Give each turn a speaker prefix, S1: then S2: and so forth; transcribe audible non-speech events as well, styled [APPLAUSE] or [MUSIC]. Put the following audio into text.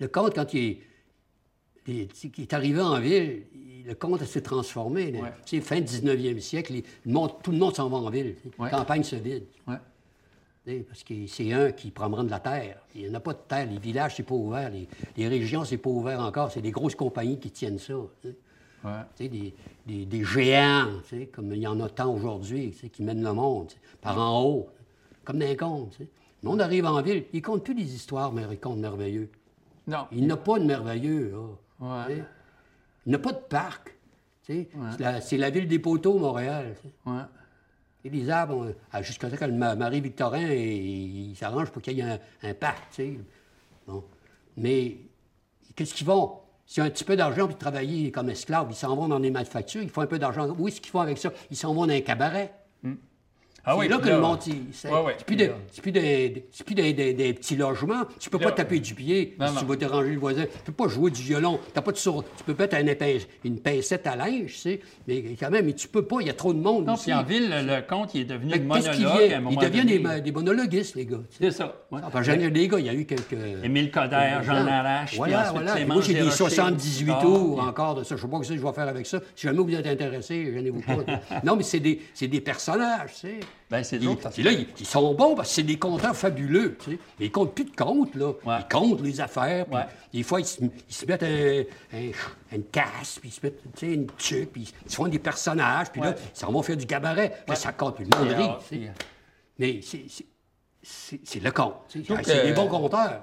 S1: Le comte, quand il est, il est- il est arrivé en ville, il- le comte s'est transformé. là.
S2: Ouais.
S1: Tu sais, fin 19e siècle, les- le monde- tout le monde s'en va en ville. tu sais.
S2: Ouais.
S1: campagne se vide.
S2: Ouais.
S1: tu sais, Parce que c'est un qui prend vraiment de la terre. Il n'y en a pas de terre. Les villages, c'est pas ouvert. Les, les régions, c'est pas ouvert encore. C'est des grosses compagnies qui tiennent ça. tu sais.
S2: Ouais.
S1: Tu sais, des, des- des géants, tu sais, comme il y en a tant aujourd'hui, tu sais, qui mènent le monde tu sais, par en haut, comme d'un conte. tu sais. Le monde arrive en ville, il compte plus des histoires, mais il compte merveilleux.
S2: Non.
S1: Il n'a pas de merveilleux. là, tu
S2: Ouais.
S1: sais. Il n'a pas de parc. tu sais. C'est la, c'est la ville des poteaux, Montréal. tu sais.
S2: Ouais.
S1: Et les arbres, on- ah, jusqu'à ce que le ma- Marie-Victorin et- il s'arrange pour qu'il y ait un, un parc, tu sais. Bon. Mais qu'est-ce qu'ils vont? S'ils ont un petit peu d'argent puis travailler comme esclaves, ils s'en vont dans des manufactures, ils font un peu d'argent. Où est-ce qu'ils font avec ça? Ils s'en vont dans un cabaret.
S3: Ah
S1: c'est là que le monde, il- c'est
S3: Ouais, ouais,
S1: c'est
S3: puis
S1: plus, de-
S3: là-
S1: c'est plus des, c'est plus des- des- des petits logements. Tu peux
S3: Puis
S1: pas
S3: là-
S1: taper du pied
S2: Non,
S1: si
S2: non.
S1: tu vas déranger le voisin. Tu peux pas jouer du violon. T'as pas de sour- Tu peux mettre un épin- une pincette à linge, tu sais, mais quand même, mais tu peux pas. Il y a trop de monde.
S2: Non,
S1: ici.
S2: puis en ville, le, le comte, il est devenu
S1: Fait que Qu'est-ce qu'ils
S2: monologue à un
S1: viennent?
S2: moment
S1: Ils deviennent des,
S2: donné.
S1: ma- des monologuistes, les gars. tu sais.
S2: C'est ça. Ouais.
S1: Enfin, j'en ai des gars, il y a eu quelques.
S2: Émile Coderre, Jean Larache, puis
S1: Voilà,
S2: ensuite
S1: voilà. Et
S2: Clémence
S1: moi, j'ai des
S2: Desrochers.
S1: 78
S2: Ah,
S1: tours encore de ça. Je sais pas ce que je vais faire avec ça. Si jamais vous êtes intéressé, gênez-vous pas.
S2: [LAUGHS]
S1: non, mais c'est des, c'est des personnages, tu sais.
S2: Ben, c'est
S1: Ils-
S2: d'autres parce
S1: puis là, ils, ils sont bons parce que c'est des compteurs fabuleux. Tu sais. Ils comptent plus de comptes, là.
S2: Ouais.
S1: Ils comptent les affaires. puis
S2: Ouais.
S1: Des fois, ils se, ils se mettent un- un- une casse, puis ils se mettent tu sais, une tuque, puis ils se font des personnages, puis là,
S2: Ouais.
S1: ils s'en vont faire du cabaret. Puis Là, ça compte, puis le monde
S2: Et
S1: rit.
S2: alors,
S1: tu sais.
S2: puis-
S1: Mais c'est- c'est- c'est c'est le compte. tu sais.
S2: Surtout
S1: Ah, C'est
S2: que-
S1: des bons compteurs.